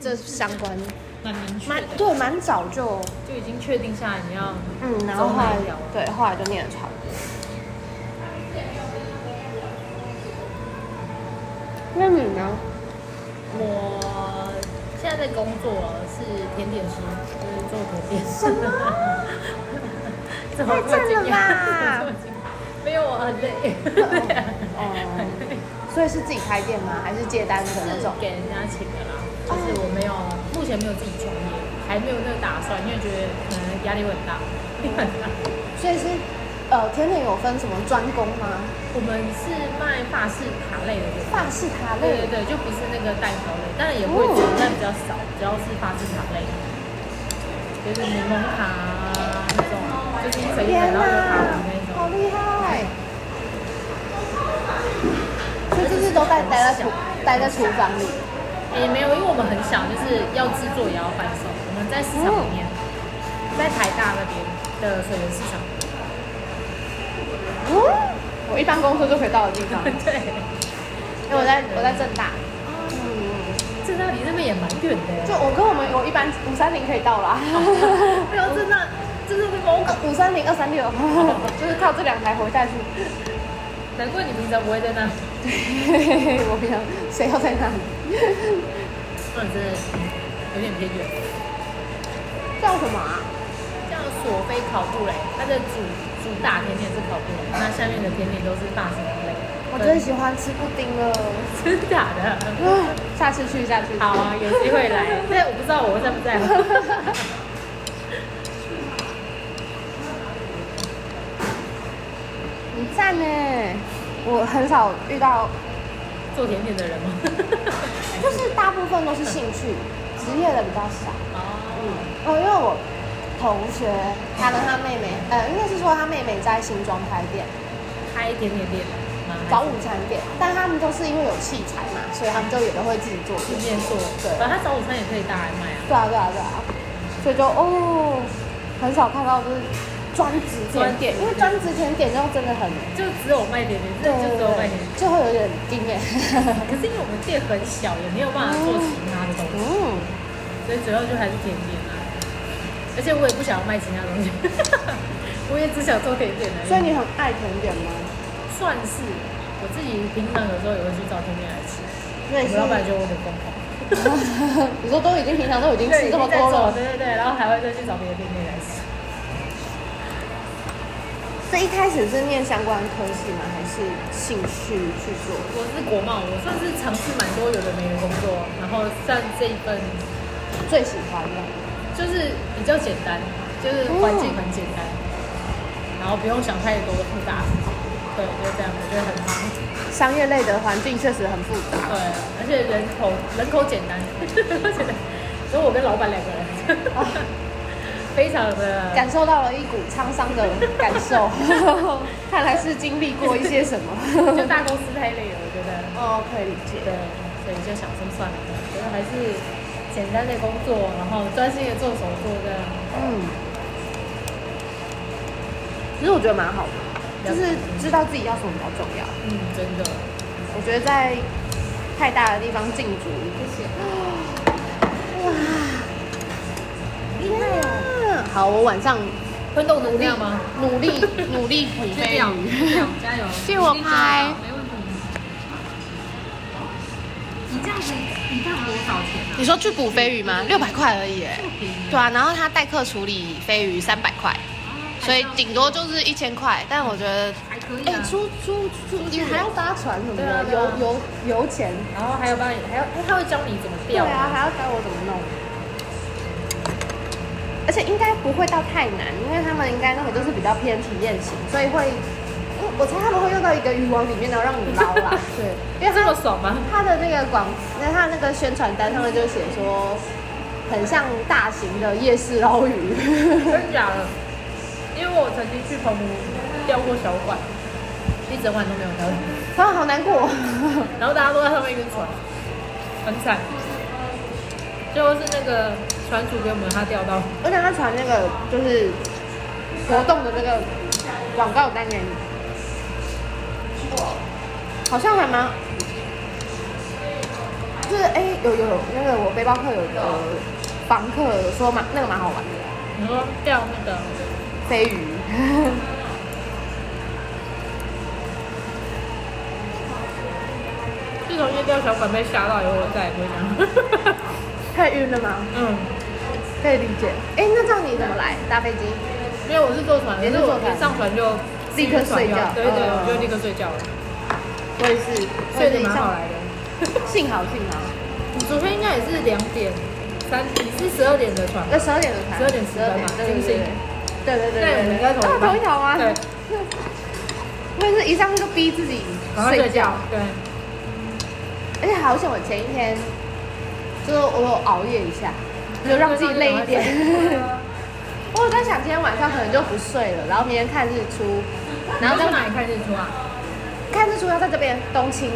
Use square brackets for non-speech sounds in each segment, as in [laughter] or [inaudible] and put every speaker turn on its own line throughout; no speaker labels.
这相关
蛮明确
蛮
的，
对蛮早就
就已经确定下来你要
嗯，然后
走
后
哪
来
一条
对后来就念了传播。那你 [laughs] 呢？
我现在在工作是甜点师，就是做甜点师。 [laughs] 怎么会这
太赞了
样？
吧
[laughs] 怎么会这样没有，我很累。
哦、所以是自己开店吗？还是接单的那
是
种？
给人家请的啦，
哦
就是我没有，目前没有自己创业，还没有那个打算，因为觉得可能压力会很大。
所以是呃，甜点有分什么专攻吗？
[laughs] 我们是卖法式塔类的对吧，
法式塔
对对
类，
对，就不是那个蛋糕类，当然也会做，但比较少，主要是法式塔类，就是柠檬塔啊那种，就是一层一层
天
然
哪
后有塔皮那，种。
好厉害！所以就是都待待在厨待在厨房里，
也、没有，因为我们很小，就是要制作也要贩售。我们在市场里面，在台大那边的水源市场，
嗯，我一般工作就可以到的地方，
对，
因为 [laughs] 我在我在正大，嗯，
这到离那边也蛮远的耶
就。我跟我们我一般五三零可以到 [laughs] 啦，
没有，真的，真的是某
呃
个。
五三零二三 [laughs] 六，就是靠这两台活下去。
难怪你平常不会在那。
对， [laughs] 我平常谁要在那里？
那真的有点偏远。
叫什么啊？
像索菲烤布雷，它的主主打甜点是烤布雷，那下面的甜点都是法式布雷。
我最喜欢吃布丁了，
真的假的？
啊下次去下次去。
好啊，有机会来。但我不知道我在不 [laughs] 在。
很赞呢，我很少遇 [laughs] 到，
做甜点的人
[laughs]
吗？
就是大部分都是兴趣，职业的比较少。
哦，
哦，因为我同学他跟他妹嗯妹，呃，应该是说他妹妹在新庄开店，
开甜点店吗？
早午餐店，但他们都是因为有器材嘛，所以他们就有的会自己做。
随便做，
对
反正他早午餐也可以大来卖啊。
对啊，对啊，对啊，所以就哦，很少看到就是专职甜点，因为专职甜点就真的很，
就只有卖甜点，真的就只有卖甜点。
就会有点惊艳。
可是因为我们店很小，也没有办法做其他的东西，
嗯，
所以主要就还是甜点啊。而且我也不想要卖其他东西， [laughs] 我也只想做甜点而已。
所以你很爱甜点吗？
算是我自己平常有时候也会去找甜点来吃，
那你
我
是 [laughs]
老板觉得我很疯狂，
你说都已经平常都已经吃这么多了，
对对对，然后还会再去找别的甜点来吃。
所以一开始是念相关科系吗？还是兴趣去做？
我是国贸，我算是尝试蛮多有的没的工作，然后像这一份
最喜欢的？
就是比较简单，就是
嗯
环境很简单，然后不用想太多的复杂事情，对，就这样，我觉得很棒。
商业类的环境确实很复杂。
对，而且人口人口简单， [laughs] 人口简单，所以我跟老板两个人， [laughs]
啊
非常的
感受到了一股沧桑的感 [laughs] 受，看来是经历过一些什么。
就大公司太累了，我觉得。
哦，可以理解。
对，所以就想说算了，觉得还是简单的工作，然后专心的做手做这样。
嗯，其实我觉得蛮好的，就是知道自己要什么比较重要。
嗯，真的。
我觉得在太大的地方禁足，哇，厉害哦！好，我晚上
会动
努
能
力
量吗？？
努力 [laughs] 努力捕飞鱼。
加油！
借我拍
没问题。你这样子一趟多少钱啊？
你说去捕飞鱼吗？六百块而已，哎。
不便宜
对啊，然后他代客处理飞鱼三百块，
啊
所以顶多就是一千块。但我觉得，
还可以
哎、
啊。
出出出，你还要搭船什么
对
的
啊，对啊
油油油钱。
然后还有帮你，还要哎，他会教你怎么
对
钓。
啊，还要教我怎么弄。而且应该不会到太难，因为他们应该那个就是比较偏体验型，所以会，嗯我猜他们会用到一个渔网里面，然后让你捞 [laughs] 啦。
对，
因为
这
他
么爽吗？
他的那个广，那他那个宣传单上面就写说，很像大型的夜市捞 [laughs] 鱼。
真假的？因为我曾经去澎湖钓过小管，一整晚都没有钓到。
然后好难过。
然后大家都在上面晕船，很惨。最后是那个船主给我们他钓到，
而且他传那个就是活动的那个广告单给你，好像还蛮，就是就是哎、有有有那个我背包客有个房客说蛮那个蛮好玩的，
你说钓那个
飞鱼。
自从夜钓小馆被吓到以后，我再也不会这样。
[laughs] 太晕了吗？
[laughs] 嗯，
可以理解。哎、那这样你怎么来？搭飞机？
没有，我是坐船，可
你是
是
坐
我
船
一上船就
立刻睡觉
对对，
嗯
我就立刻睡觉了，
我也是，我
睡
也
得
是一
蛮
上
好来的。
幸好幸好，
你昨天应该也是两点三，你是十二点的船吧，
呃那十二点的船，
12点十分嘛
对对
星星
对对对对对对
对我们应该同一
啊同
班
一条吗？
对，
我也是一上去就逼自己
赶快睡觉，对，
而且好险，我前一天就是我有熬夜一下，就让自己累一点。 [laughs] 我有在想今天晚上可能就不睡了，然后明天看日出，然
[laughs] 然
后
后
再
在哪里看日出啊？
看日出要在这边东青，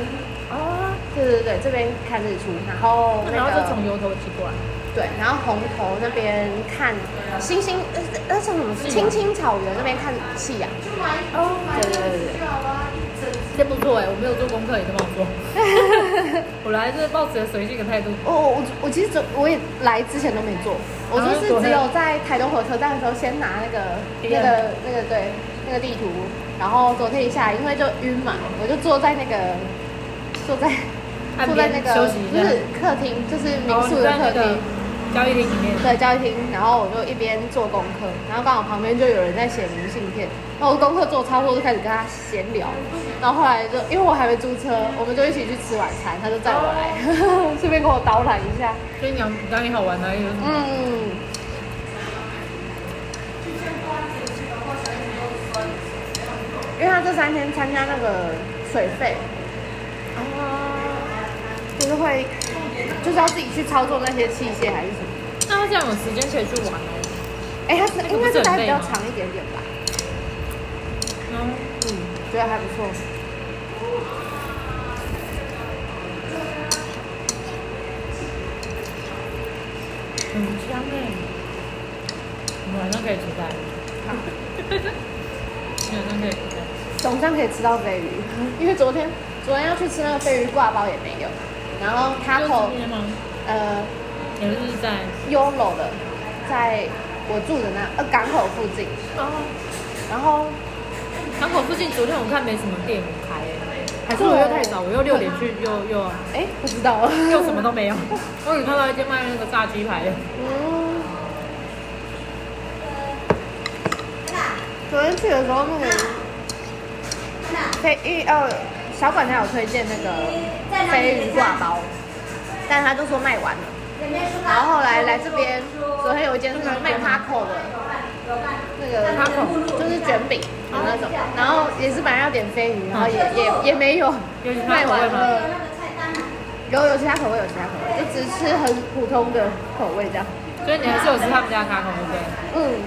哦，
对对对，这边看日出，然后那
然后
个
就从油头骑过啊来，
对，然后红头那边看星星，呃那叫什么？
夕阳
青青草原那边看夕阳。哦，对对对对。
这不错哎，我没有做功课，你这么
[laughs]
说，我来这抱持着随性的态度，
我我我我其实准我也来之前都没做，我
然
就
后
是
就躲
只
在
有在台东火车站的时候先拿那个那
地图
个那个对那个地图，然后昨天一下来因为就晕嘛，我就坐在那个坐在
岸
坐在那
边
个
休息一
不
下，
是客厅，就是民
哦
宿
你
的
在
客厅
那个。交易厅里面，
对教育厅，然后我就一边做功课，然后刚好旁边就有人在写明信片，然后我功课做差不多就开始跟他闲聊，然后后来就因为我还没租车，我们就一起去吃晚餐，他就载我来， [laughs] 顺便给我导览一下，
所以你讲哪里好玩啊哪里有什么，
嗯。因为他这三天参加那个水费，啊就是会，就是要自己去操作那些器械还是什么。
那啊他这样有时间可以去玩哦，
哎、他是
个
应
不
该
是
是
很
待比
累
较
吗
长一点点吧。
嗯。
嗯，觉得还不错。
很香哎、我们晚上可以煮饭。 [laughs] 晚上可以煮饭。
总算可以吃到鲱鱼，嗯因为昨天昨天要去吃那个鲱鱼挂包也没有，然后
就
taco
是这边吗？
呃
也就是在
Yolo 的，在我住的那呃港口附近，
哦，
然后
港口附近。昨天我看没什么店开哎、还
啊
是我又太早，我又六点去，又
[laughs]
又
哎不知道
又什么都没有。我只看到一间卖那个炸鸡排的，
[laughs] 嗯。昨天去的时候，那个飞一呃小馆他有推荐那个飞鱼挂包，但他就说卖完了。然后后来来这边，昨天有一间是卖 taco 的，那个
taco
就是卷饼的那种，然后也是本来要点飞鱼，然后也也也没有
有其他口
卖
味吗
完了。有有其他口味，有其他口味，就只吃很普通的口味这样。
所以你还是有吃他们家的卡口对不对？
嗯，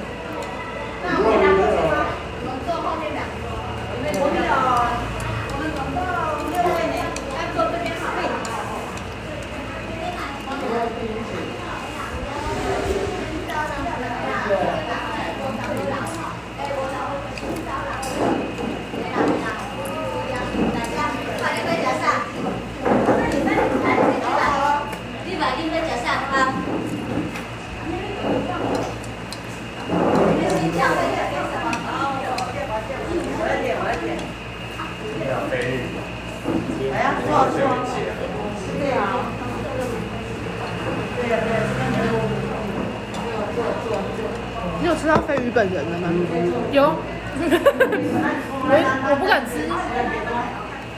你有吃到飞鱼本人了吗？
[laughs] 有。哎我我不敢吃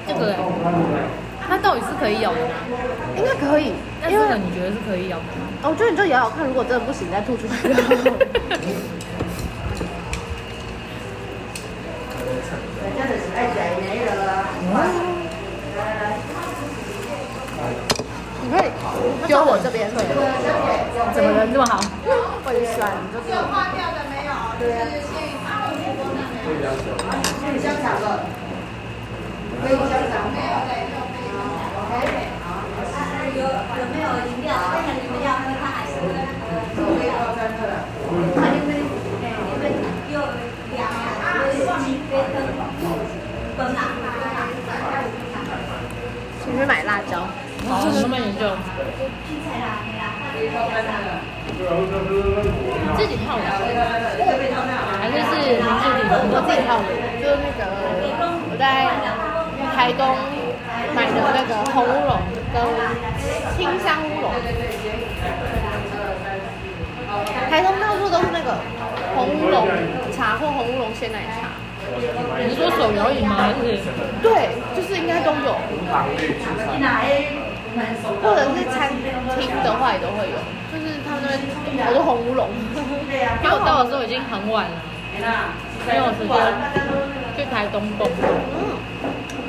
这个哎、它到底是可以咬的吗？
应该可以，
那这
因为
个你觉得是可以咬的
[laughs]
吗？
哦我觉得你就咬咬看，如果真的不行再吐出去。你可以丢我这边，
怎么人这么
[laughs]
好？
我也喜欢，你就丢。
Thank
请去买辣椒。
哦，好，我慢慢研究。你自己泡的，还是是林志玲的？
我自己泡的，就是那个我在台东买的那个红乌龙跟清香乌龙，台东到处都是那个红乌龙茶或红乌龙鲜奶茶，
你是说手摇饮吗？还是
对，就是应该都有，或者是餐厅的话也都会有，就是他们那边好多红乌 [laughs] 龙，
因为我到的时候已经很晚了，没有时间去台东蹦。
嗯，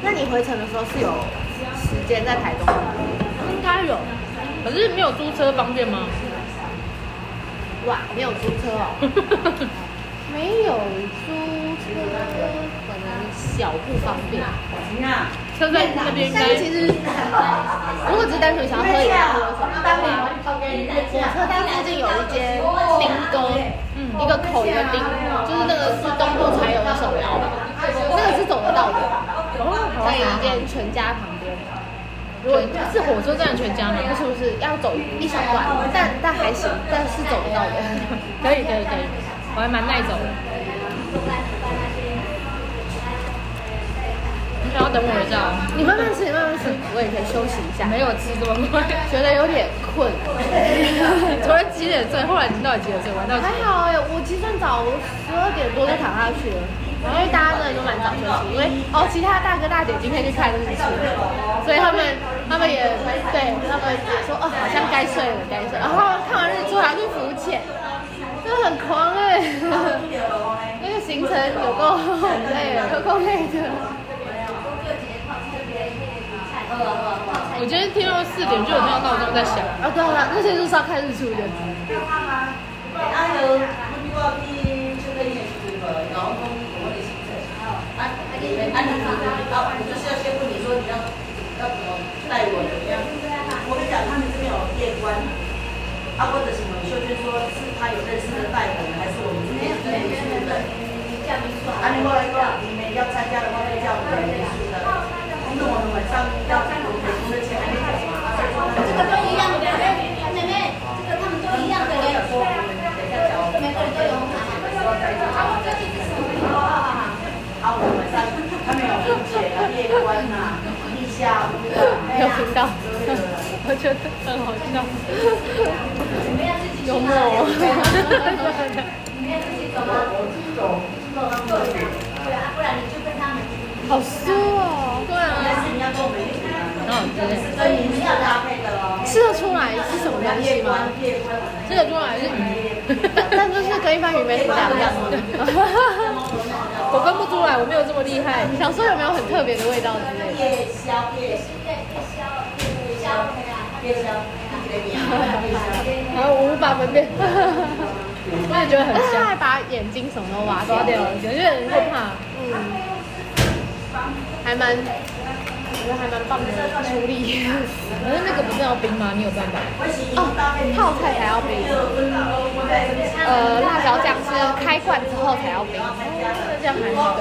那你回程的时候是有时间在台东吗？
应该有，可是没有租车方便吗？ [laughs]
哇，没有租车哦。
[laughs]
没有租车，可能小不方便。
车在那边应
但
该
是其实，如果只是单纯想要喝饮料或者什么，火车站附近有一间丁哥，嗯，一个口一个丁，就是那个是东部才有的手摇，那个是走得到的，在一间全家旁边。如果
是火车站全家吗？
不是不是要走一小段，但但还行，但是走得到的。 [laughs]
可以可以可以，我还蛮耐走的。你想要等我一下哦？
你慢慢吃，你慢慢吃，我也可以休息一下，
没有吃这么快。 [laughs]
觉得有点 [laughs] 困。
昨天几点睡？后来你到底几点睡？玩到几
还
点？
好哎、我其实算早，我十二点多就躺下去了。因为大家真的都蛮早休息，因为哦，其他大哥大姐今天去看日出，所以他们他们也对他们也说哦，好像该睡了，该睡了。然后看完日出还要去浮潜，真的很狂哎、 [laughs] 那个行程有够 [laughs] 累，有够累的。
我今天听到四点就有那个闹钟在响，
啊、对啊，那些就是要看日出的。
啊，或者什么，秀娟说是他有认识的带我们，还是我们自己自己去的？
Ờ,
啊，你后来说你们要参加的话，会叫我们去的。那我们晚上要看我们北工的钱还没开始吗？啊所以说我们
这个都一样的，妹妹，这个他们都一样的耶，
等一下讲我们
每个人都有 [laughs] 卡。
啊，我们晚上他们有理解啊，夜观呐，地下屋啊，
没有听到，
我觉得很好笑。 [laughs]
幽
[laughs]
默哦。好酥哦！对
但
啊，
是你要跟我们一起啊，
很好吃。
所以你们要搭配的哦。
吃得出来是什么东西
夜
吗？
观夜观，
这个中来是鱼，
但就是跟一般鱼没什么两样。
我分不出来，我没有这么厉害。
想说有没有很特别的味道之类的？
夜宵夜宵夜宵，你给你啊夜宵。
然后我无法分辨，
我也觉得很
但是 [laughs] 他
像，
还把眼睛什么都挖
抓
掉
掉
了，
了，有些人会怕。
嗯，还蛮，我觉得还蛮棒的处 [laughs] 理。
可是那个不是要冰吗？你有办法？
哦，泡菜才要冰，呃，辣椒酱是开罐之后才要冰，那这样还好。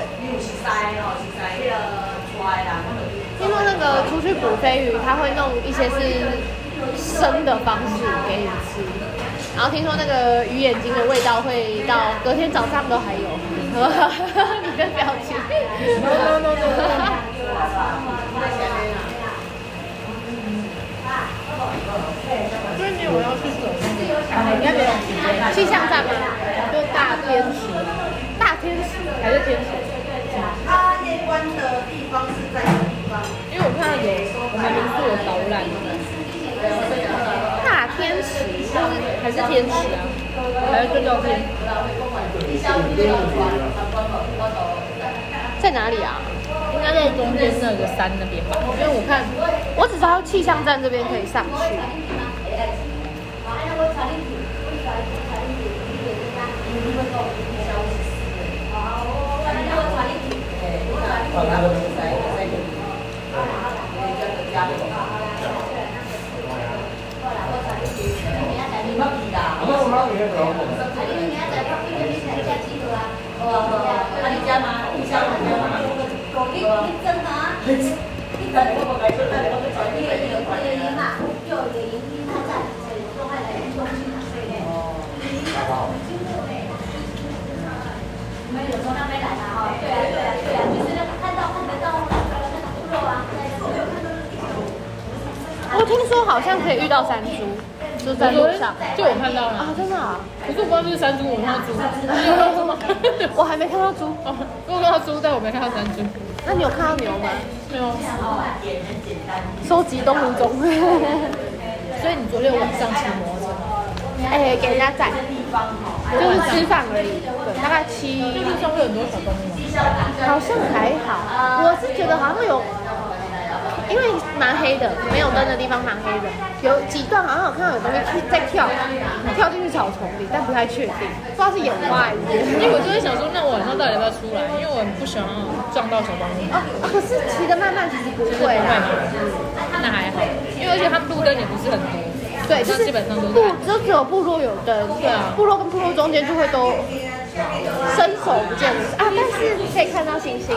听说那个出去捕飞鱼，他会弄一些是生的方式给你吃，然后听说那个鱼眼睛的味道会到隔天早上都还有。 [laughs] 你的表情。
no, no, no.
所以你有要去走那个？应该没有气象站吗？就大天使，大天使还是天使？
它夜观的地方是在什么地方？
因为我看有我们民宿有导览，
大天使就是
还是天使啊，还是就叫天
在哪里啊？
应该在中间那个山那边吧。因为我看
我只知道气象站这边可以上去。
你你真的啊？你真的？你有有有吗？
听说好像可以遇到山猪，就在路上
就我看到
啊
了，，
真的啊，
可是我不知道这是山猪，我看到猪，你有看到 [laughs] 猪吗？
我还没看到猪。
哦，我看到猪，但我没看到山猪，
那你有看到牛吗？
没有。
收集东湖中，
所以你昨天晚上骑摩托车吗，
[laughs] 哎、给人家载，就是吃饭而已，对，大概七，
就路上会有很多小动物吗？
好像还好，我是觉得好像有，因为蛮黑的，没有灯的地方蛮黑的，有几段好像有看到有东西在跳，跳进去草丛里，但不太确定，不知道是眼花还
因
是。
为我就会想说，那我晚上到底要不要出来？因为我很不喜欢撞到小动物。
[laughs] 哦，啊可是骑的慢慢其实不
不会
会啦，？
吗那还好，因为而且他们路灯也不是很多，
对，就
那
是
基本上都
部
是。
就只有部落有灯，
对啊
部落跟部落中间就会都伸手不见五指啊，但是可以看到星星，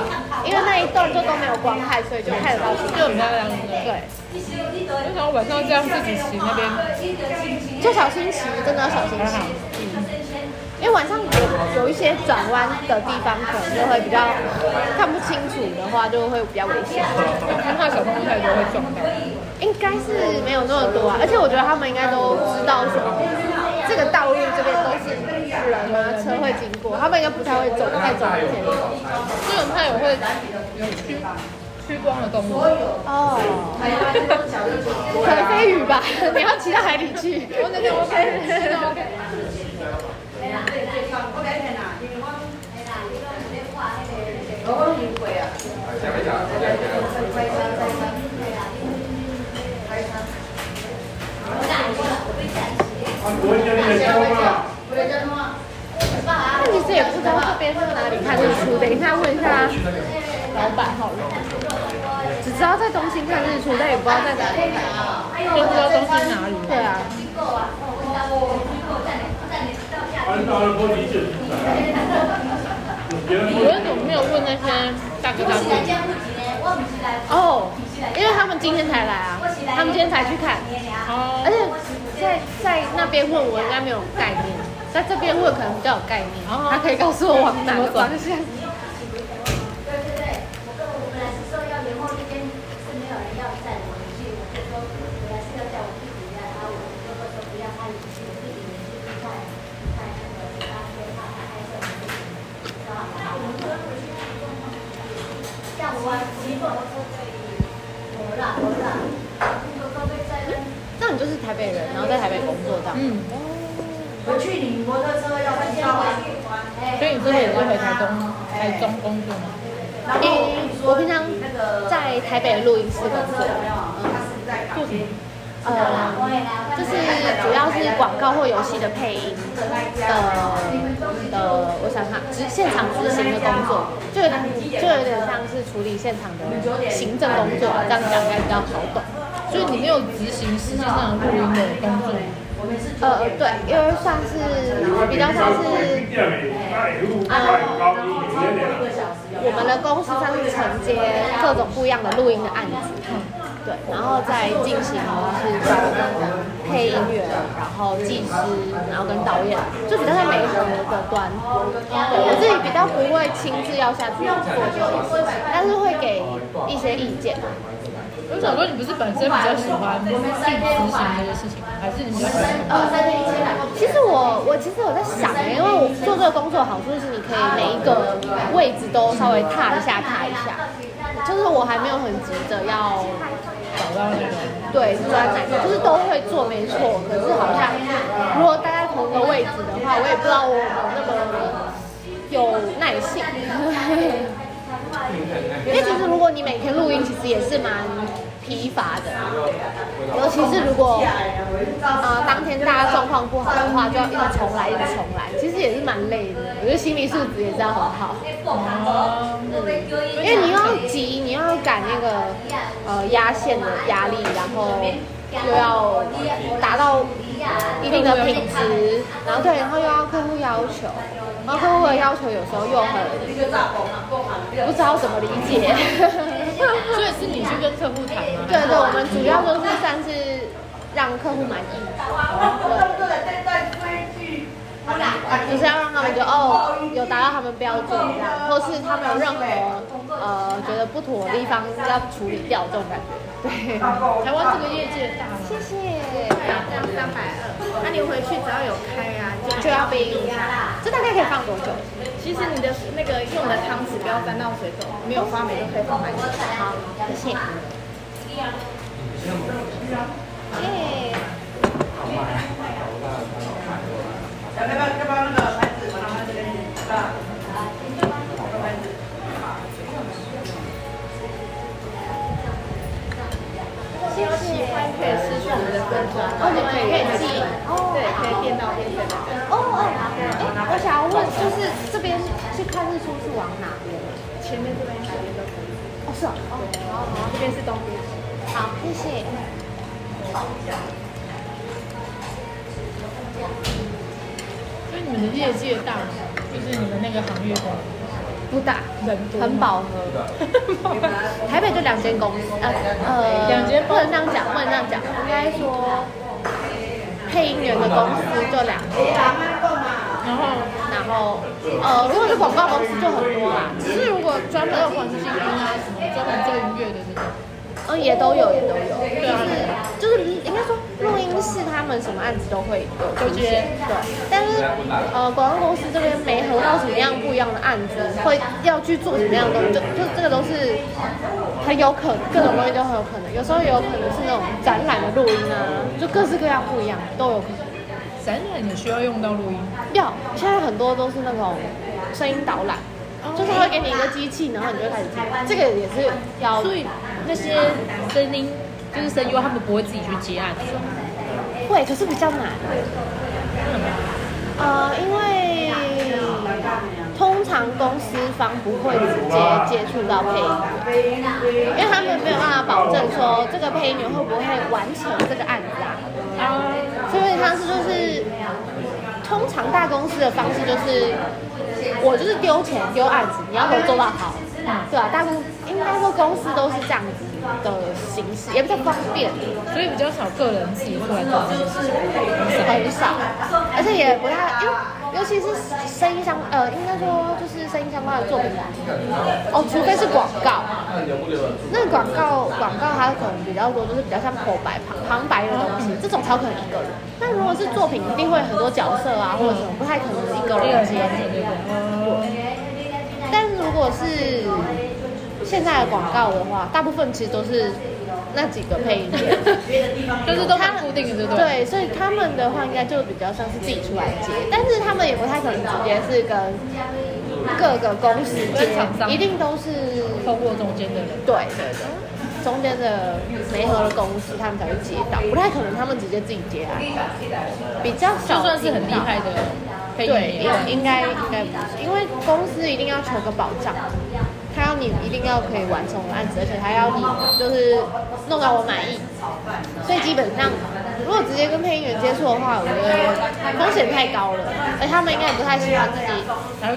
因为那一段就都没有光害，所以就看得到星星。
就很漂亮，对不
对，
对？为什么晚上这样自己骑那边？
就小心骑，真的要小心骑，因为晚上有有一些转弯的地方，可能就会比较看不清楚的话，就会比较危险。
因为哎怕小动物太多会撞到。
应该是没有那么多啊，而且我觉得他们应该都知道说这个道路这边都是人啊车会经过，他们应该不太会走太走偏。
这种它也会有驱驱光的动物。
哦，可能飞鱼吧，你要骑到海里去。我那天我飞那其实也不知道这边哦是哪里看日出，等一下问一下老板好了。只知道在东兴看日出，但也不知道在哪里看。
就不知道东西哪里。
对啊，
你为什么没有问那些大哥大姐？
哦，因为他们今天才来啊，他们今天才去看，
哦
而，且在在那边问我应该没有概念，在这边问可能比较有概念，
哦
他可以告诉我往哪个方向。那你就是台北人，然后在台北工作这样。
嗯，
回去你摩托车要不要啊？
所以你这个也是回台东台中工作吗？
然后我跟你
我
说
平常
那个
在台北录音室工作，
他是在港边，
呃，就是主要是广告或游戏的配音的
呃
的，我想想，执现场执行的工作，就有点就有点像是处理现场的行政工作，这样讲应该比较好懂。
所以你没有执行实际上的录音的工作，
呃，对，因为算是比较像是我们的公司上是承接各种不一样的录音的案子，对，然后再进行就是找配音员，然后技师，然后跟导演，就比较在美合的端。对我自己比较不会亲自要下去做这些事情，但是会给一些意见。
我想说你不是本身比较喜欢去执行这些事情吗，还是你比较喜欢？
其实我我其实有在想、欸，因为我做这个工作的好处是你可以每一个位置都稍微踏一下踏一下，就是我还没有很急着要
找到那个？
对专栏，就是都会做没错，可是好像如果待在同一个位置的话，我也不知道我有没有那么有耐性。因为其实如果你每天录音，其实也是蛮疲乏的，尤其是如果呃当天大家状况不好的话，就要一直重来，一直重来，其实也是蛮累的。我觉得心理素质也是要很好。因为你又要急，你又要赶那个呃压线的压力，然后又要达到一定的品质，然后对，然后又要客户要求，然后客户的要求有时候又很不知道怎么理解。 [laughs]
所以是你去跟客户谈吗？
对对，我们主要就是算是让客户满意，啊就是要让他们觉得哦，有达到他们标准，这样，或是他们有任何呃觉得不妥的地方要处理掉这种感觉。对，
台湾这个业界大吗？
谢谢。
三百二，那你回去只要有开啊，你
就要冰一下，这大概可以放多久？
其实你的那个用的汤匙不要沾到水走，没有发霉就可以放半小时。
谢谢。耶，
要不要要不要那个盘子？我拿盘子给你，是吧？盘子。
谢谢。
可以失去我们的分装，哦，你可以可以记，对，可以变到变成那个。
哦哦，哎，我想要问，就是这边是看日出是往哪边？
前面这边这边都可以，
哦，是哦，哦，
这边是东边。
好，谢谢。
所以你们的业界大吗？就是你们那个行业的
不大，
人多吗
很饱和。台北就两间公司，呃呃，
两间
不能这样讲，不能这样讲，应该说配音员的公司就两间，
然后
然后呃，如果是广告公司就很多啦，
只是如果专门有环境音啊什么，专门做音乐的那种，
嗯，也都有，也都有，
对啊，
就是应该说录音室他们什么案子都会有
都
出
接
现，对。但是呃，广告公司这边没合到什么样不一样的案子，会要去做什么样的东西，就就这个都是很有可能，各种东西都很有可能，有时候也有可能是那种展览的录音啊，就各式各样不一样都有可能。
展览也需要用到录音，
要现在很多都是那种声音导览，
哦
就是会给你一个机器，然后你就会开始听，这个也是要
所以那些声音就是声优，他们不会自己去接案子，
会，可是比较难。呃，因为通常公司方不会直接接触到配音员，因为他们没有办法保证说这个配音员会不会完成这个案子啊。所以当时就是，通常大公司的方式就是，我就是丢钱丢案子，你要给我做到好，对吧、大公应该说公司都是这样子的形式，也比较方便。
所以比较少个人自己出来做这件事情，很
很少，而且也不太，因为尤其是声音相，呃，应该说就是声音相关的作品，哦，除非是广告，那广告广告它可能比较多，就是比较像口白旁旁白的东西，这种才有可能一个人。但如果是作品，一定会有很多角色啊或者什么，不太可能一个
少，一个
人
人
接
接。对不对？
但是如果是现在的广告的话，大部分其实都是那几个配音员。
但是都蛮固定的，对不
对，
对？
所以他们的话应该就比较像是自己出来接，但是他们也不太可能直接是跟各个公司接
跟厂，商
一定都是
透过中间的人，
对对对，中间的媒合的公司他们才会接到，不太可能他们直接自己接案，比较少。
就算是很厉害的配音
对，
员，
应应该应该不是，因为公司一定要求个保障，他要你一定要可以完成我的案子，而且还要你就是弄到我满意。所以基本上，如果直接跟配音员接触的话，我觉得风险太高了，而且他们应该也不太喜欢自己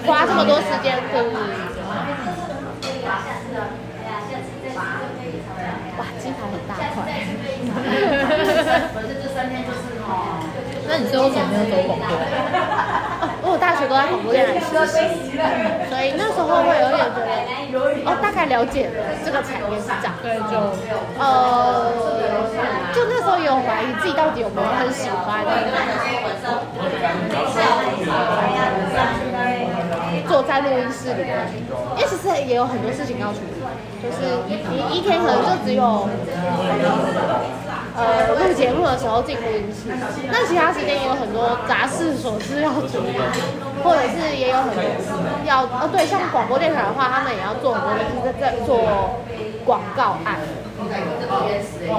花这么多时间。对对对对对哇，鸡排很大块。
那你最后怎么没有走广播？
因为我大学都在广播电台实习，所以那时候会有一点觉得，哦，大概了解了这个产业是这样。
对，就
呃，就那时候也有怀疑自己到底有没有很喜欢坐在录音室里面，因为其实也有很多事情要处理，就是你一天可能就只有呃录节目的时候进录音室，那其他时间也有很多杂事琐事要处理，或者是也有很多要哦对，像广播电台的话，他们也要做很多就是在在做广告案，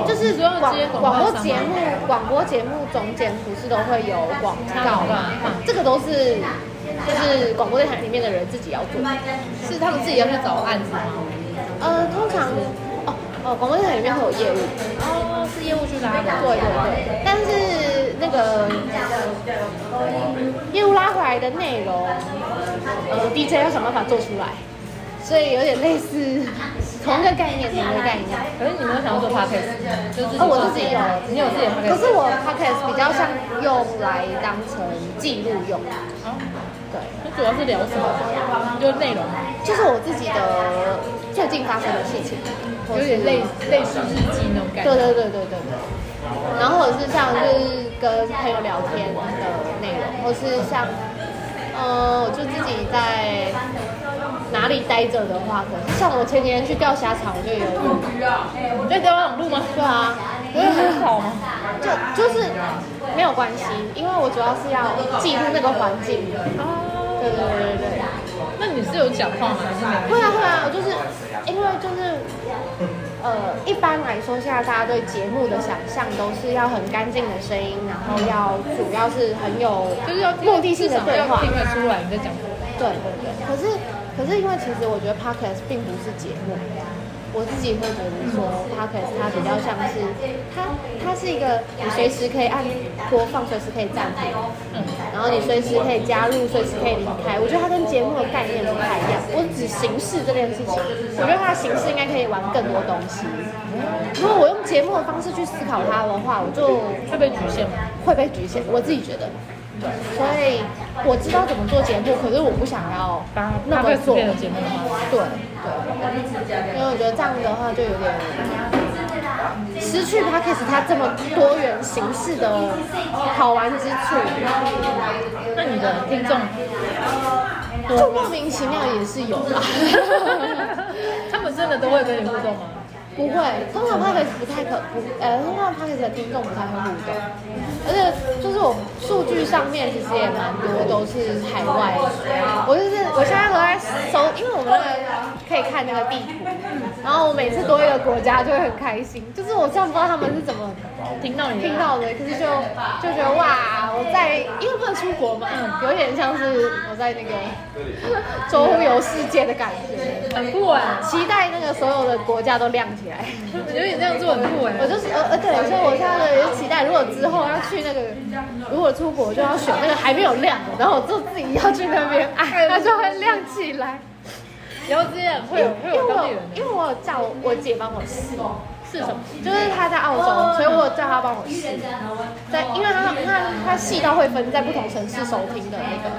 就是广广播节目广播节目中间不是都会有广告嘛，这个都是就是广播电台里面的人自己要做，
是他们自己要去找案子吗？
呃，通常哦哦广播电台里面会有业务。
哦，是业务去拉的。
对对对，但是那个呃业务拉回来的内容，呃，DJ 要想办法做出来，所以有点类似同一个概念，同一个概念。
可是你没有想要做 podcast，就自己
哦我
做
自己有
你有自己的 podcast，
可是我 podcast 比较像用来当成记录用，
啊，
对，
那主要是聊什么？就内容吗，
就是我自己的最近发生的事情，或
有
是
点类类似日记那种感
对
觉。
对对对对对。然后或者是像就是跟朋友聊天的内容，或是像呃，我就自己在哪里待着的话，可能像我前几天去钓虾场，我就有
你在交往路吗？
对啊，
不是很吵吗？
就就是没有关系，因为我主要是要记录那个环境。
哦，
对对对对对。
那你是有讲话吗？还是没有？
会啊会啊，我就是因为就是呃，一般来说，现在大家对节目的想象都是要很干净的声音，然后要主要是很有
就是要
目的性的对话
至少要，听得出来你在讲什么。
对对对。可是可是因为其实我觉得 podcast 并不是节目。我自己会觉得说，podcast 它比较像是它，它是一个你随时可以按播放，随时可以暂停，然后你随时可以加入，随时可以离开。我觉得它跟节目的概念不太一样。我只形式这件事情，我觉得它的形式应该可以玩更多东西。如果我用节目的方式去思考它的话，我就
会被局限吗？
会被局限。我自己觉得，所以我知道怎么做节目，可是我不想要
把
那
那
么
个
做。
变成节目吗？
对对，因为我觉得这样的话就有点失去 podcast 它这么多元形式的好玩之处，
那你的听众
就莫名其妙也是有啦。
[laughs] 他们真的都会跟你互动吗？
[laughs] 不会，通常 podcast 不太可不，呃，通常 podcast 的听众不太会互动，而且就是我数据上面其实也蛮多都是海外，我就是我现在都在搜，因为我们那个可以看那个地图，然后我每次多一个国家就会很开心，就是我虽然不知道他们是怎么
听到你的
听到的，可是就就觉得哇，我在因为不能出国嘛，有点像是我在那个 [laughs] 周游世界的感觉，
很酷哎，
期待那个所有的国家都亮起来。
我觉得你这样做很酷哎
我。就是呃呃，对，所以我现在也是期待，如果之后要去那个，如果出国就要选那个还没有亮的，然后我就自己要去那边按，它就会亮起来。
了解，
因为
会有会有
我
当地人
因为我有叫我我姐帮我试，
是什么？
就是她在澳洲，所以我有叫她帮我试。在，因为她她她细到会分在不同城市收听的那 [laughs] 个。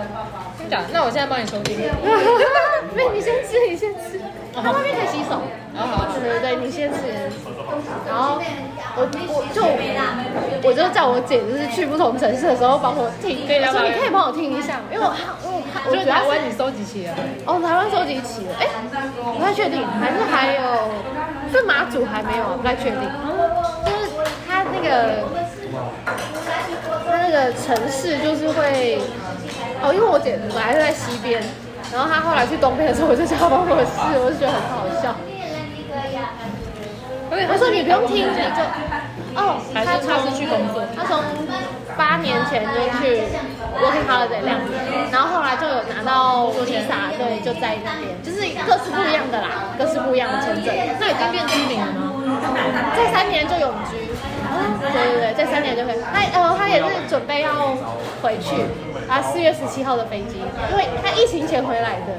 真假的？那我现在帮你收听。
没，你先吃，你先吃。她外面可以洗手。
好好好
对对对，你先吃。然后我我就我就叫我姐，就是去不同城市的时候帮我听，
对
我
啊
说你可以帮我听一下，因为我怕因为我怕我主
就是
要
台
是
湾你收集起来，
哦台湾收集齐了，哎，不太确定，还是还有是马祖还没有啊，不太确定，就是它那个它那个城市就是会哦，因为我姐本来是在西边，然后她后来去东边的时候，我就叫她帮我试，我就觉得很好笑。我说你不用听，你就哦，
还是他是去工作？
他从八年前就去 working holiday 两年，然后后来就有拿到 visa，对，就在那边，就是各式不一样的啦，各式不一样的签证。
那已经变知名了吗？
在三年就永居，哦对对对，在三年就可以。他呃，他也是准备要回去，他四月十七号的飞机，因为他疫情前回来的，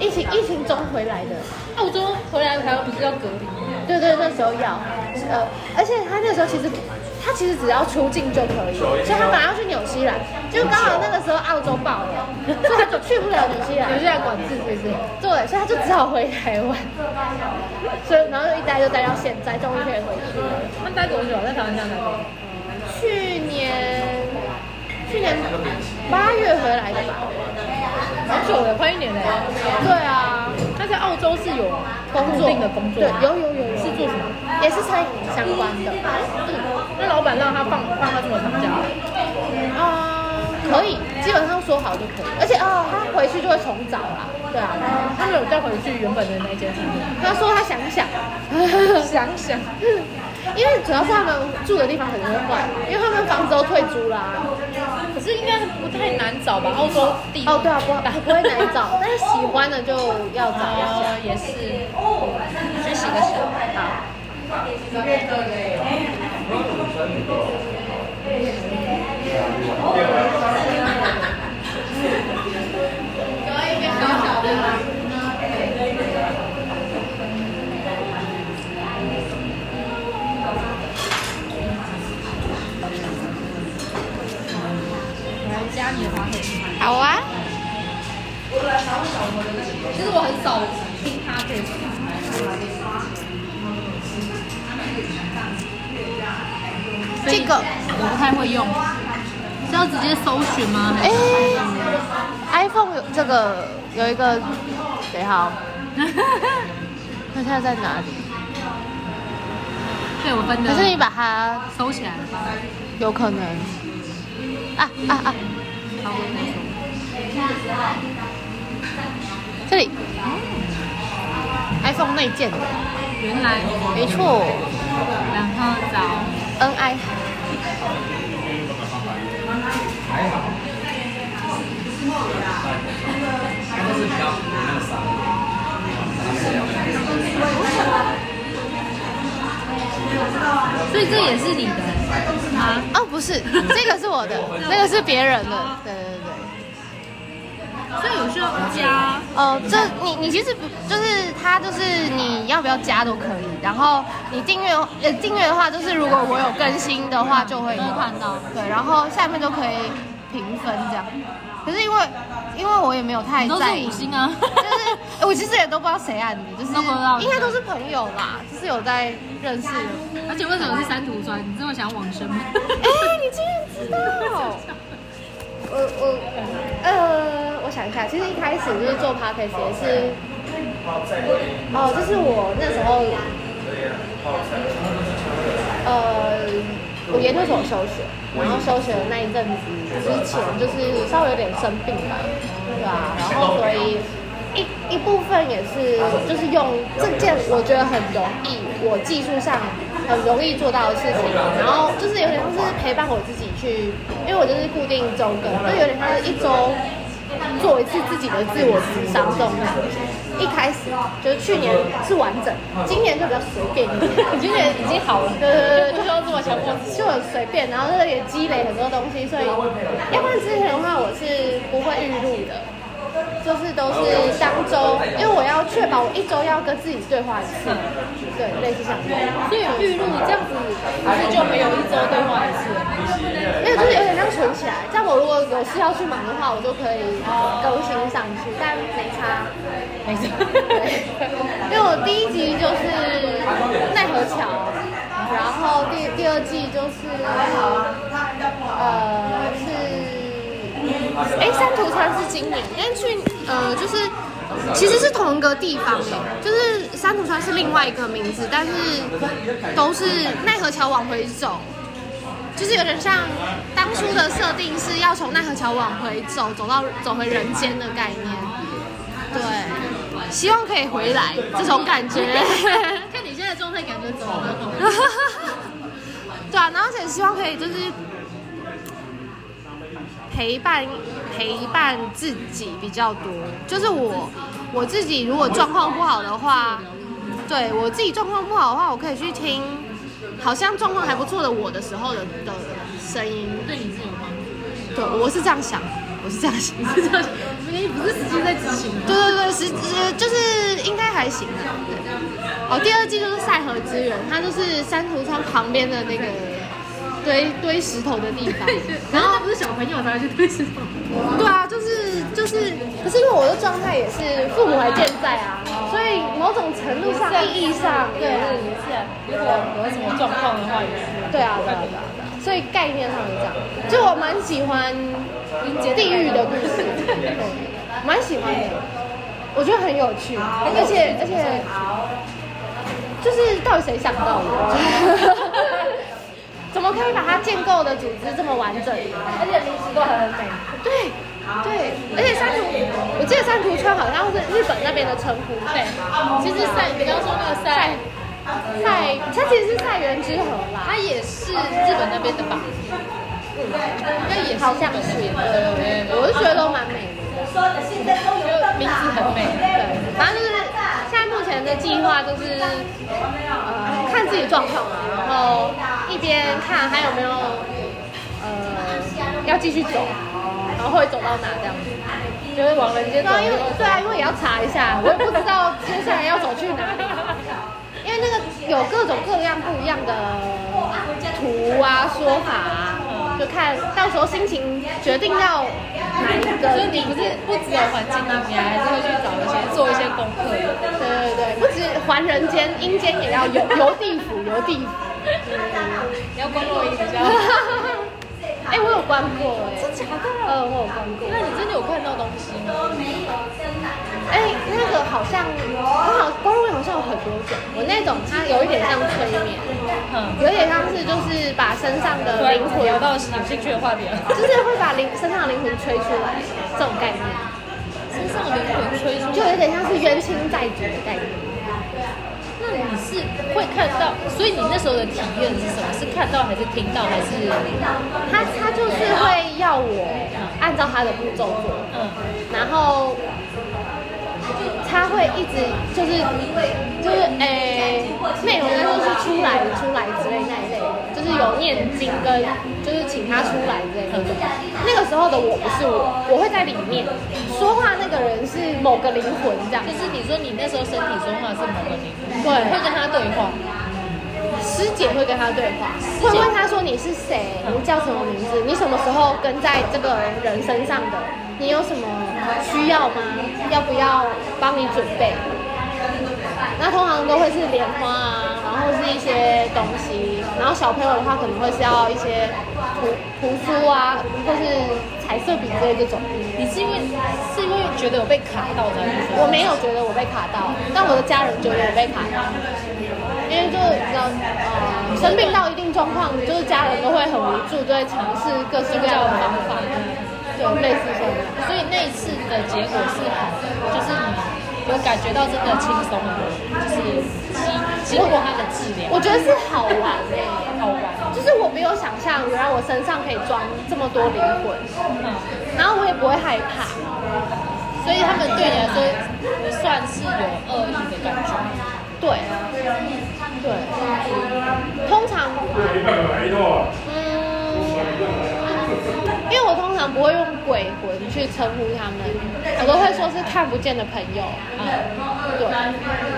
疫情疫情中回来的。
澳洲回来台湾不是要隔离吗？
对对，那时候要，呃，而且他那时候其实，他其实只要出境就可以，所以他本来要去纽西兰，就刚好那个时候澳洲爆了，所以他就去不了纽西兰，
有些来管制是不是？
对，所以他就只好回台湾，所以然后就一待就待到现在，终于可以回去了。
那待多久啊？在台湾这样待多久？
去年，去年八月回来的吧？
好久了，快一年了。
对啊，
那在澳洲是有
工
固
作
定的工作
对
吗，
有有有有，
是做什么？
也是餐饮相关的，
那老板让他放放他这么长假，
啊、可以，基本上说好就可以。而且哦，他回去就会重找啦，对啊。
他没有再回去原本的那一间餐厅。
他说他想想，
想想，
[laughs] 因为主要是他们住的地方很多怪，因为他们房子都退租啦、
可是应该不太难找吧？澳洲地
哦，对啊，
[laughs]
不不会难找，但是喜欢的就要找一下。
哦，也是，去洗个手。好，
家里的话可以听他。
好啊，
其实我很少听他可以听他。
这个
我不太会用，是要直接搜寻吗？
哎、i p h o n e 有这个有一个谁好？哦那它在哪里？
被我分的，
可是你把它
收起来了吧？
有可能啊啊啊！
好，我跟你说。
这里、iPhone 内建的，
原来，
没错
然后找
，NI。
所以这也是你的啊？
哦，不是，这个是我的，那个是别人的。对对对。
所以有需要加
哦，这你你其实不就是它就是你要不要加都可以，然后你订阅呃订阅的话，就是如果我有更新的话就会有
都会看到
对，然后下面就可以评分这样。可是因为因为我也没有太
都是
在意
五，星
[laughs]
啊？
就是哎我其实也都不知道谁按的，就是
都不知道
应该都是朋友啦，就是有在认识的。
而且为什么是三涂酸？你这么想往生吗？
[laughs] 哎、你竟然知道！我我呃，我想一下，其实一开始就是做 podcast 也是，哦，这是我那时候，呃，我研究所休学，然后休学的那一阵子之前，就是稍微有点生病吧，对啊，然后所以。一一部分也是，就是用这件我觉得很容易，我技术上很容易做到的事情，然后就是有点像是陪伴我自己去，因为我就是固定周更，就有点像是一周做一次自己的自我智商这种感觉。一开始就是去年是完整，今年就比较随便一点， [laughs] 今年已经好了，对对对，就不用这么强迫，就很随便，然后这个也积累很多东西，所以要不然之前的话我是不会预录的。就是都是当周，因为我要确保我一周要跟自己对话一次，对，类似像这样，
所以预录这样子，不是就没有一周对话一次了？
没有，就是有点像存起来。这样我如果有事要去忙的话，我就可以更新上去，但没差。
没事。
对，因为我第一集就是奈何桥，然后第第二季就是呃是，哎三途川是今年，但去呃就是其实是同一个地方哎，就是三途川是另外一个名字，但是都是奈何桥往回走。就是有点像当初的设定是要从奈何桥往回走，走到走回人间的概念。对，希望可以回来这种感觉。
[laughs] 看你现在的状态，感觉怎么了？
[laughs] 对啊，然后而且希望可以就是陪伴陪伴自己比较多，就是我我自己如果状况不好的话，对我自己状况不好的话，我可以去听好像状况还不错的我的时候的的声音。
对你是有帮助，
对，我是这样想，我是这样
[laughs]
想。
是这样，你不是实际在执行的。
对对对，是是就是应该还行啊。对，哦，第二季就是赛河之源，它就是三途川旁边的那个堆堆石头的地方。
然后不是小朋友才会去推石头，
对啊，就是就是，可是因为我的状态也是父母还健在啊，所以某种程度上意义上，对
如果有什么状况的话，也是
对啊对啊对啊，对啊所以概念上是这样。就我蛮喜欢地狱的故事，对蛮喜欢的，我觉得很有趣，而且而且就是到底谁想到的？ [laughs] 怎么可以把它建构的组织这么完整，而且名字都很美？对。对，而且三途，我记得三途川好像是日本那边的称呼。对，其实赛，你刚刚说那个赛，赛，它其实是赛园之河啦。
它也是日本那边的吧？
应该也好像是，对对对，我是觉得都蛮美的，
就名字很美。
对， [laughs] 反正就是现在目前的计划就是，呃，看自己状况嘛，然后一边看还有没有，呃，要继续走，然后会走到哪这样子。
就是往人间
对啊，因为对啊，因为也要查一下，我也不知道接下来要走去 [laughs] 哪里，因为那个有各种各样不一样的图啊、说法啊，
就看到时候心情决定要哪一个。
所以你不是不只有环境那边，还是会去找一些做一些功课。
对对对，不止还人间，阴间也要游游地府，游地
[laughs]
府。
你要关洛伊比较。
哎、我有关过哎、真假的？呃，我有关过。
那你真的有看到东西吗？
哎、那个好像，我好关入好像有很多种，我那种它有一点像催眠，
嗯，
有一点像是就是把身上
突
的
然
灵魂
聊到有兴趣的话题了。
就是会把灵身上的灵魂吹出来，这种概念，
身上的灵魂吹出
就有点像是冤亲债主的概念。
那你是会看到，所以你那时候的体验是什么？是看到还是听到还是？
他他就是会要我按照他的步骤做，
嗯，
然后他会一直就是就是诶内、容应该就是出来出来之类那一类的，就是有念经跟就是请他出来之类的。那个时候的我不是我，我会在里面说话，那个人是某个灵魂这样
就。是你说你那时候身体说话是某个灵魂，
对，
会跟他对话，
师姐会跟他对话，会问他说你是谁，你叫什么名字，你什么时候跟在这个人身上的，你有什么需要吗？要不要帮你准备？那通常都会是莲花啊，然后是一些东西，然后小朋友的话可能会是要一些图图书啊，或是彩色笔之类这种。
你是因为是因为觉得有被卡到的，还是
我没有觉得我被卡到，但我的家人觉得我被卡到，因为就是你知道，呃，生病到一定状况，就是家人都会很无助，就会尝试各式各样的方法，对，类似这样。
所以那一次的结果是好的，就是你有感觉到真的轻松了，就是经经过他的治疗，
我觉得是好玩诶、
好玩，
就是我没有想象，原来我身上可以装这么多灵魂，然后我也不会害怕，
嗯所以他们对你来说算是有恶意的感觉。
对，对，通常
一半买一套，
嗯，因为我通常不会用鬼魂去称呼他们，我都会说是看不见的朋友。对，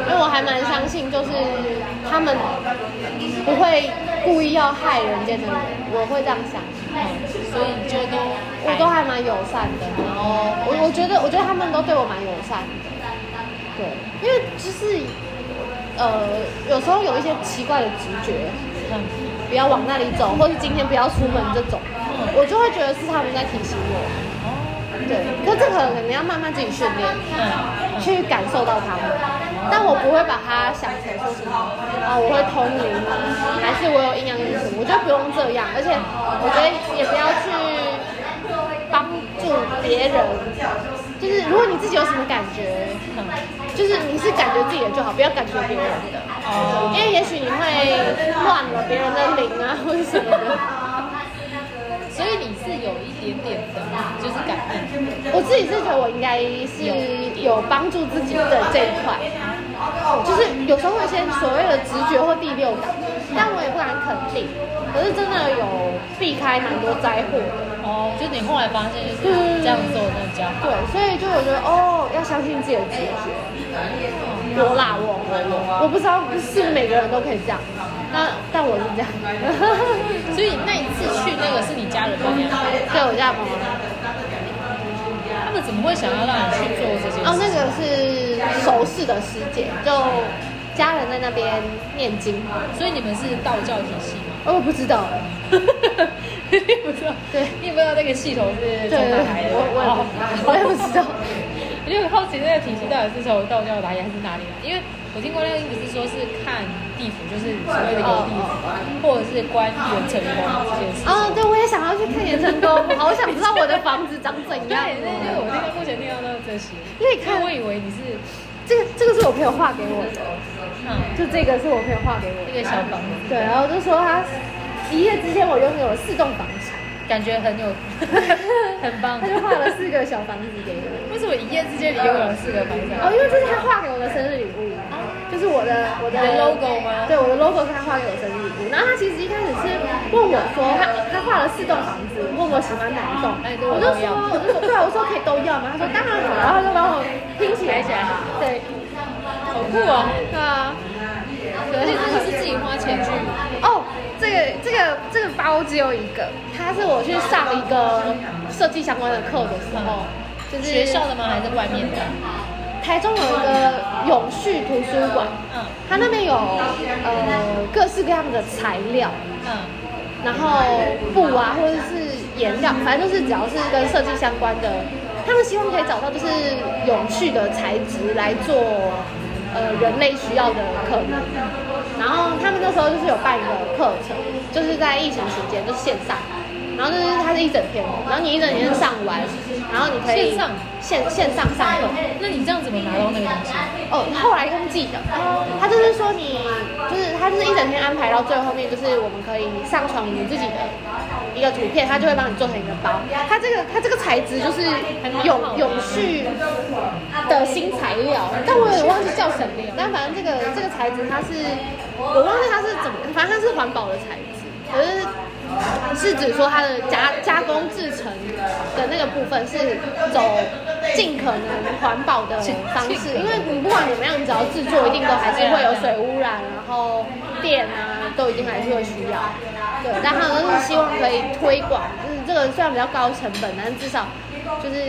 因为我还蛮相信，就是他们不会故意要害人间的人，我会这样想。
所以你就都
我都还蛮友善的，然后我我觉得我觉得他们都对我蛮友善的，对，因为就是呃有时候有一些奇怪的直觉，
嗯
不要往那里走，或是今天不要出门这种，我就会觉得是他们在提醒我。对，可这个可能要慢慢自己训练，
嗯
去感受到他们。但我不会把它想成说什么哦，我会通灵啊，还是我有阴阳眼什么，我觉得不用这样。而且我觉得也不要去帮助别人，就是如果你自己有什么感觉，
嗯
就是你是感觉自己的就好，不要感觉别人的。因
哦
为也许你会乱了别人的灵啊，或者什么的。
所以你是有一点点的，就是感应。
我自己是觉得我应该是有帮助自己的这一块，就是有时候会有一些所谓的直觉或第六感，但我也不敢肯定。可是真的有避开蛮多灾祸的，
哦，就你后来发现
嗯
就是这样做那比较好。
对，所以就我觉得哦，要相信自己的直觉。我啦，我我我不知道是不是每个人都可以这样，但但我是这样。 [laughs]
所以那一次去那个是你家人帮你安排，
对我家的妈妈。
他们怎么会想要让你去做这件事？
哦，那个是首饰的师姐，就家人在那边念经。
所以你们是道教体系吗？
哦，我不知道，
你不知道，
[laughs] 对
你也不知道那个系统是
对
从
对，
哪来的。
我
哦
我也不我也不知道。
[laughs] 我就很好奇那个体系到底是从道教来还是哪里来？因为我听过那个不是说是看地府，就是所谓的游地府，或者是观元成功这件事。
哦，对，我也想要去看盐城宫，好想知道我的房子长怎
对，
样。
那就是我听到目前听到的这些，因
因为
为
看
我以为你是
这个这个是我朋友画给我的，
嗯
就这个是我朋友画给我
那
的。
个小房子，
对，然后就说他一夜之间我拥有了四栋房产，
感觉很有 [laughs] 很棒
他。就画了四个小房子给我。
为什么一夜之间你拥有了四个房子
哦，
啊？
因为这是他画给我的生日礼物，就是我的我的
你的哦 logo 吗
对，我的 logo 是他画给我生日礼物。然后他其实一开始是问我说，他他画了四栋房子，问我喜欢哪一栋，
哎对
我
我都
就说
要
我就说对啊，我说可以都要吗？他说当然好，啊然后他就帮我拼起来
起来，
对，
好酷哦！
对啊，
而且这个是自己花钱去，
哦，这个这个这个包只有一个，它是我去上一个设计相关的课的时候，就是
学校的吗？还是外面的？
台中有一个永续图书馆，
嗯
它那边有呃各式各样的材料，
嗯。
然后布啊或者是颜料，反正就是只要是跟设计相关的，他们希望可以找到就是永续的材质来做呃人类需要的可能。然后他们那时候就是有办一个课程，就是在疫情期间就是线上，然后就是它是一整天的，然后你一整天上完，然后你可以
线上
线线上上课。
那你这样怎么拿到那个东西？
哦，后来用记的，他就是说你就是他就是一整天安排到最后面，就是我们可以上传你自己的一个图片，他就会帮你做成一个包。它这个它这个材质就是永永续的新材料，但我也忘记叫什么，但反正这个这个材质它是我忘记它是怎么，反正它是环保的材质，可是。是指说它的加加工制成的那个部分是走尽可能环保的方式，因为你不管怎么样，你只要制作，一定都还是会有水污染，然后电啊，都一定还是会需要。对，但他们就是希望可以推广，就是这个虽然比较高成本，但至少就是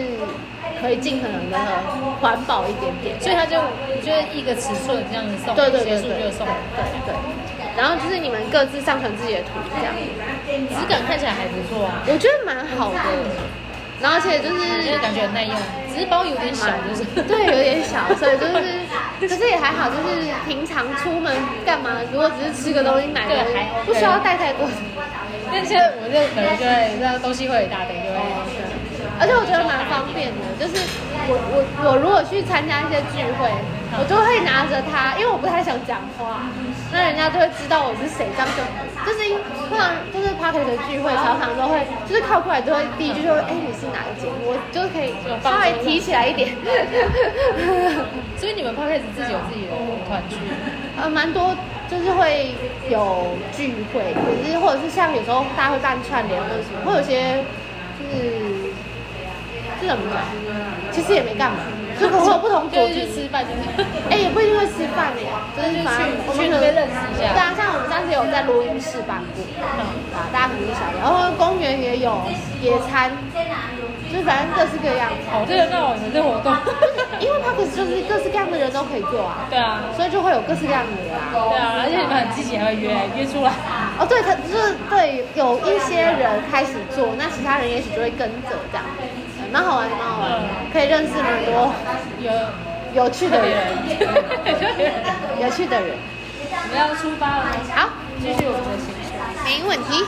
可以尽可能的环保一点点。
所以他就就是一个尺寸这样子送，
对对对
结
对
束就送，
对对。然后就是你们各自上传自己的图，这样，
质感看起来还不错啊，
我觉得蛮好的。然后而且就是
就是感觉很耐用，只是包有点小，就是
对，有点小，所
[laughs]
以就是，可是也还好，就是平常出门干嘛，如果只是吃个东西、买个东西
对还，
不需要带太多。
但现在我这可能就会那东西会有一大堆，就会
而且我觉得蛮方便的，就是我我我如果去参加一些聚会，我就会拿着它，因为我不太想讲话，那人家就会知道我是谁，这样就就是因通常就是 p a r t y 的聚会，常常都会就是靠过来就会第一句就会哎、你是哪一间，我就可以稍微提起来一点。
所以你们 p o d 自己有自己的团聚，
呃，蛮多就是会有聚会，可是或者是像有时候大家会办串联或者什么，会有些就是这怎么讲？其实也没干嘛，就可能会有不同
就
主
是去
题。
吃饭，就是
[laughs] 哎、也不一定会吃饭哎、就是反正我
去去
们可
那
能
边认识一下
对啊，像我们上次有在录音室办过，对啊，大家可能就想，然后公园也有野餐，就是反正各式各样。
好热闹，你们这
[laughs]
活动，
因为 p a r k 就是各式各样的人都可以做啊，
对啊，
所以就会有各式各样的人啊。
对啊，而且你们很积极，还会约约出来，
哦，对，他就是对，有一些人开始做，那其他人也许就会跟着这样，嗯蛮好玩的，蛮好玩的，可以认识蛮多
有
有趣的
特别
人，
人，
有趣的人。
我们要出发了，
好，
继续我们的行程。
没问题。